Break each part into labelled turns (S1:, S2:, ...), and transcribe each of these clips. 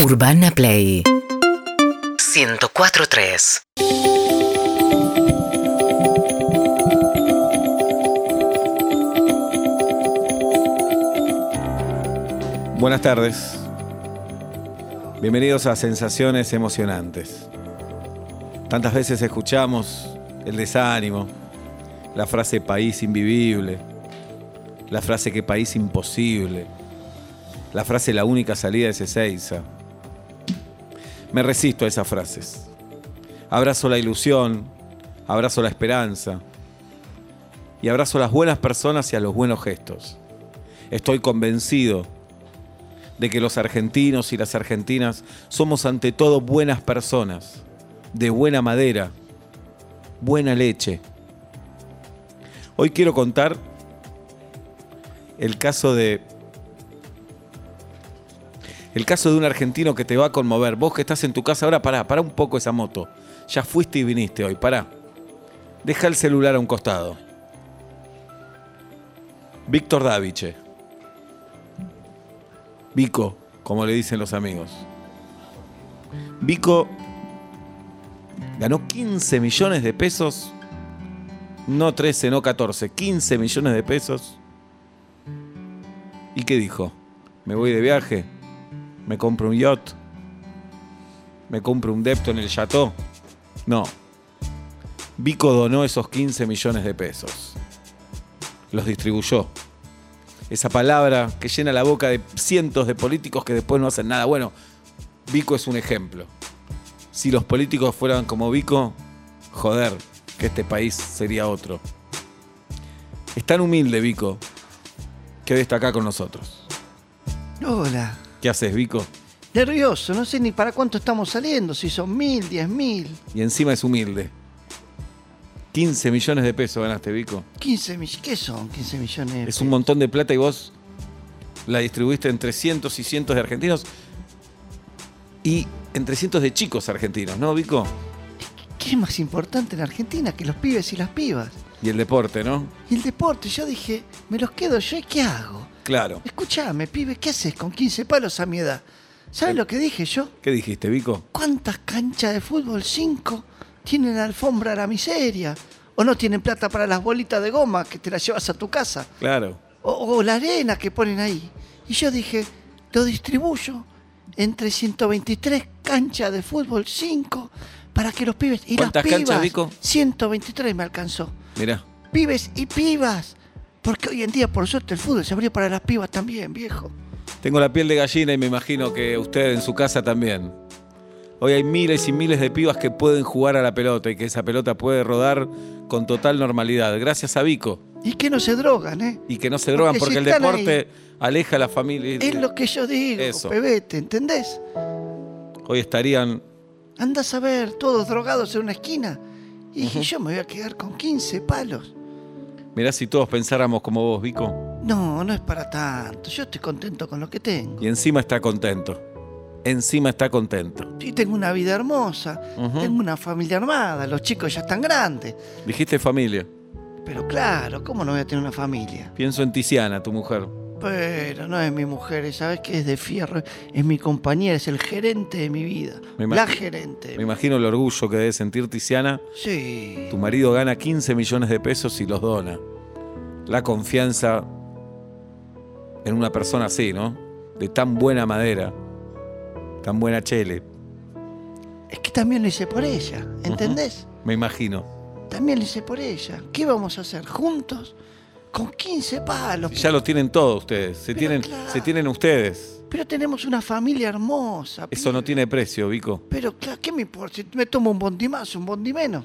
S1: Urbana Play 104.3
S2: Buenas tardes. Bienvenidos a Sensaciones Emocionantes. Tantas veces escuchamos el desánimo, la frase país invivible, la frase que país imposible, la frase la única salida es Ezeiza. Me resisto a esas frases. Abrazo la ilusión, abrazo la esperanza y abrazo a las buenas personas y a los buenos gestos. Estoy convencido de que los argentinos y las argentinas somos ante todo buenas personas, de buena madera, buena leche. Hoy quiero contar el caso de el caso de un argentino que te va a conmover. Vos que estás en tu casa ahora, pará, pará un poco esa moto. Ya fuiste y viniste hoy, pará. Deja el celular a un costado. Víctor Daviche. Vico, como le dicen los amigos. Vico ganó 15 millones de pesos. No 13, no 14, 15 millones de pesos. ¿Y qué dijo? Me voy de viaje, me compro un yacht, me compro un depto en el chateau. No. Vico donó esos 15 millones de pesos. Los distribuyó esa palabra que llena la boca de cientos de políticos que después no hacen nada. Bueno, Vico es un ejemplo. Si los políticos fueran como Vico, joder, que este país sería otro. Es tan humilde Vico que hoy está acá con nosotros.
S3: Hola.
S2: ¿Qué haces, Vico?
S3: Nervioso, no sé ni para cuánto estamos saliendo, si son mil, diez mil,
S2: Y encima es humilde. 15 millones de pesos ganaste, Vico.
S3: quince millones. ¿Qué son 15 millones? de
S2: Es un
S3: pesos?
S2: montón de plata y vos la distribuiste entre cientos y cientos de argentinos y entre cientos de chicos argentinos, ¿no, Vico?
S3: ¿Qué es más importante en Argentina que los pibes y las pibas?
S2: Y el deporte, ¿no?
S3: Y el deporte, yo dije, me los quedo yo y ¿qué hago?
S2: Claro.
S3: Escuchame, pibe, ¿qué haces con 15 palos a mi edad? ¿Sabes lo que dije yo?
S2: ¿Qué dijiste, Vico?
S3: ¿Cuántas canchas de fútbol 5 tienen alfombra a la miseria? ¿O no tienen plata para las bolitas de goma que te las llevas a tu casa?
S2: Claro.
S3: o, o la arena que ponen ahí. Y yo dije, lo distribuyo entre 123 canchas de fútbol 5 para que los pibes y las
S2: ¿Cuántas
S3: pibas.
S2: canchas, Vico?
S3: 123 me alcanzó.
S2: Mirá.
S3: Pibes y pibas. Porque hoy en día, por suerte, el fútbol se abrió para las pibas también, viejo.
S2: Tengo la piel de gallina y me imagino que usted en su casa también. Hoy hay miles y miles de pibas que pueden jugar a la pelota y que esa pelota puede rodar con total normalidad. Gracias a Vico.
S3: Y que no se drogan, ¿eh?
S2: Y que no se drogan porque,
S3: Porque si
S2: el
S3: están
S2: deporte aleja a la familia.
S3: Es lo que yo digo,
S2: Eso.
S3: pebete, ¿entendés?
S2: Hoy estarían
S3: Andás a ver todos drogados en una esquina. Y dije, yo me voy a quedar con 15 palos.
S2: Mirá si todos pensáramos como vos, Vico.
S3: No, no es para tanto. Yo estoy contento con lo que tengo.
S2: Y encima está contento. Encima está contento.
S3: Sí, tengo una vida hermosa,
S2: Ujú.
S3: tengo una familia armada, los chicos ya están grandes.
S2: Dijiste familia.
S3: Pero claro, ¿cómo no voy a tener una familia?
S2: Pienso en Tiziana, tu mujer.
S3: Pero no es mi mujer, ¿sabes qué? Es de fierro, es mi compañera, es el gerente de mi vida.
S2: Me
S3: la
S2: imag-
S3: gerente. de
S2: Me
S3: mi-
S2: imagino el orgullo que debe sentir Tiziana
S3: Sí.
S2: Tu marido gana 15 millones de pesos y los dona. La confianza en una persona así, ¿no? De tan buena madera, tan buena chele,
S3: Es que también lo hice por ella, ¿entendés?
S2: me imagino.
S3: También lo hice por ella. ¿Qué vamos a hacer? ¿Juntos? Con 15 palos.
S2: Ya lo tienen todos ustedes, se
S3: Pero
S2: tienen,
S3: claro.
S2: se tienen ustedes.
S3: Pero tenemos una familia hermosa.
S2: Eso no
S3: pibe.
S2: tiene precio, Vico.
S3: Pero claro, ¿qué me importa? Si me tomo un bondi más, un bondi menos.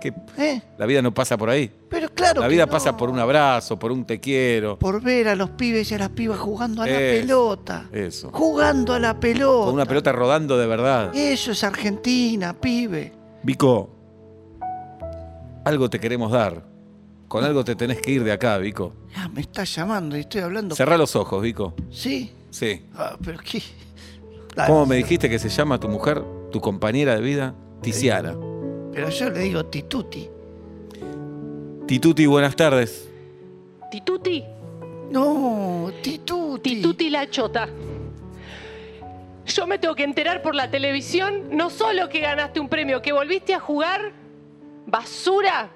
S2: ¿Qué?
S3: ¿Eh?
S2: La vida no pasa por ahí.
S3: Pero claro.
S2: La
S3: que
S2: vida
S3: no.
S2: pasa por un abrazo, por un te quiero.
S3: Por ver a los pibes y a las pibas jugando a la
S2: Es-
S3: pelota.
S2: Eso.
S3: Jugando a la pelota.
S2: Con una pelota rodando de verdad.
S3: Eso es Argentina, pibe.
S2: Vico, algo te queremos dar. Con algo te tenés que ir de acá, Vico.
S3: Ah, me está llamando y estoy hablando.
S2: Cerrá los ojos, Vico.
S3: ¿Sí?
S2: Sí.
S3: Ah, pero qué. Dale.
S2: ¿Cómo me dijiste que se llama tu mujer, tu compañera de vida? Tiziana.
S3: Pero yo le digo tituti.
S2: Tituti, buenas tardes.
S4: Tituti,
S3: No, tituti.
S4: Tituti la chota.
S1: Yo me tengo que enterar por la televisión, no solo que ganaste un premio, que volviste a jugar basura,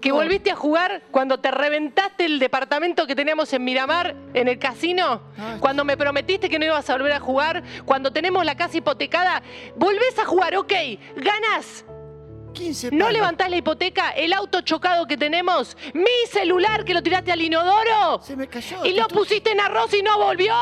S1: que volviste a jugar cuando te reventaste el departamento que teníamos en Miramar, en el casino, cuando me prometiste que no ibas a volver a jugar, cuando tenemos la casa hipotecada, volvés a jugar, ok, ganás.
S3: 15
S1: No
S3: palos.
S1: levantás la hipoteca, el auto chocado que tenemos, mi celular que lo tiraste al inodoro
S3: Se me cayó.
S1: y lo
S3: Tutu.
S1: pusiste en arroz y no volvió.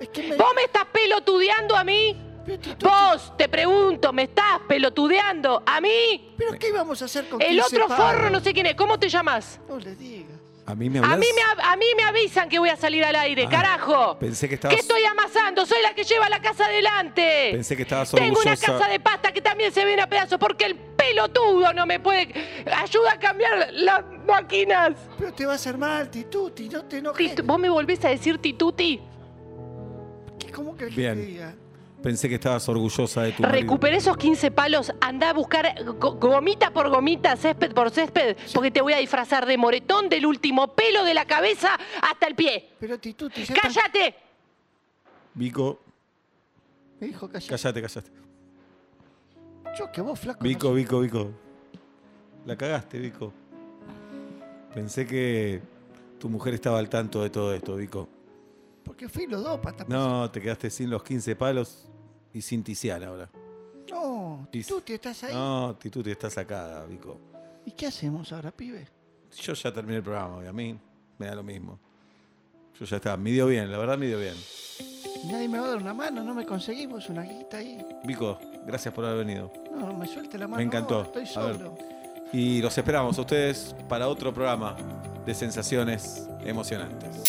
S3: Es que me...
S1: ¿Vos me estás pelotudeando a mí?
S3: Pero, Tutu,
S1: Vos, te pregunto, ¿me estás pelotudeando a mí?
S3: ¿Pero qué íbamos a hacer con
S1: El
S3: 15
S1: otro
S3: palos?
S1: forro, no sé quién es, ¿cómo te llamas?
S3: No le digas.
S2: ¿A mí me hablas?
S1: A mí, me, av- a mí me avisan que voy a salir al aire,
S2: Ah,
S1: carajo.
S2: pensé que estabas-
S1: ¿Qué estoy amasando? Soy la que lleva la casa adelante.
S2: Pensé que estabas
S1: Tengo una
S2: orgullosa.
S1: casa de pasta que también se viene a pedazos porque el pelotudo no me puede... Ayuda a cambiar las máquinas.
S3: Pero te va a hacer mal, Tituti, no te enojes.
S1: Titu- ¿Vos me volvés a decir tituti?
S3: ¿Qué- ¿Cómo querés que
S2: Bien.
S3: te diga?
S2: Pensé que estabas orgullosa de tu marido.
S1: Recuperé esos 15 palos, andá a buscar go- gomita por gomita, césped por césped, porque te voy a disfrazar de moretón del último pelo de la cabeza hasta el pie.
S3: Pero Tituti, ya está-
S1: ¡Cállate!
S2: Vico,
S3: Me dijo callate.
S2: callate, callate.
S3: Yo que vos, flaco. no
S2: Vico,
S3: sé.
S2: Vico, Vico. La cagaste, Vico. Pensé que tu mujer estaba al tanto de todo esto, Vico.
S3: Porque fui los dos patas.
S2: No, te quedaste sin los 15 palos y sin Tizial ahora.
S3: pues. No,
S2: Dice-
S3: Tituti, estás ahí.
S2: No, Tituti está sacada, Vico.
S3: ¿Y qué hacemos ahora, pibe?
S2: Yo ya terminé el programa y a mí me da lo mismo. Yo ya estaba, me dio bien, la verdad me dio bien.
S3: Nadie me va a dar una mano, no me conseguimos una guita ahí.
S2: Vico, gracias por haber venido.
S3: No, no me suelte la mano.
S2: Me encantó.
S3: ahora, Estoy
S2: A ver.
S3: solo.
S2: Y los esperamos a ustedes para otro programa de sensaciones emocionantes.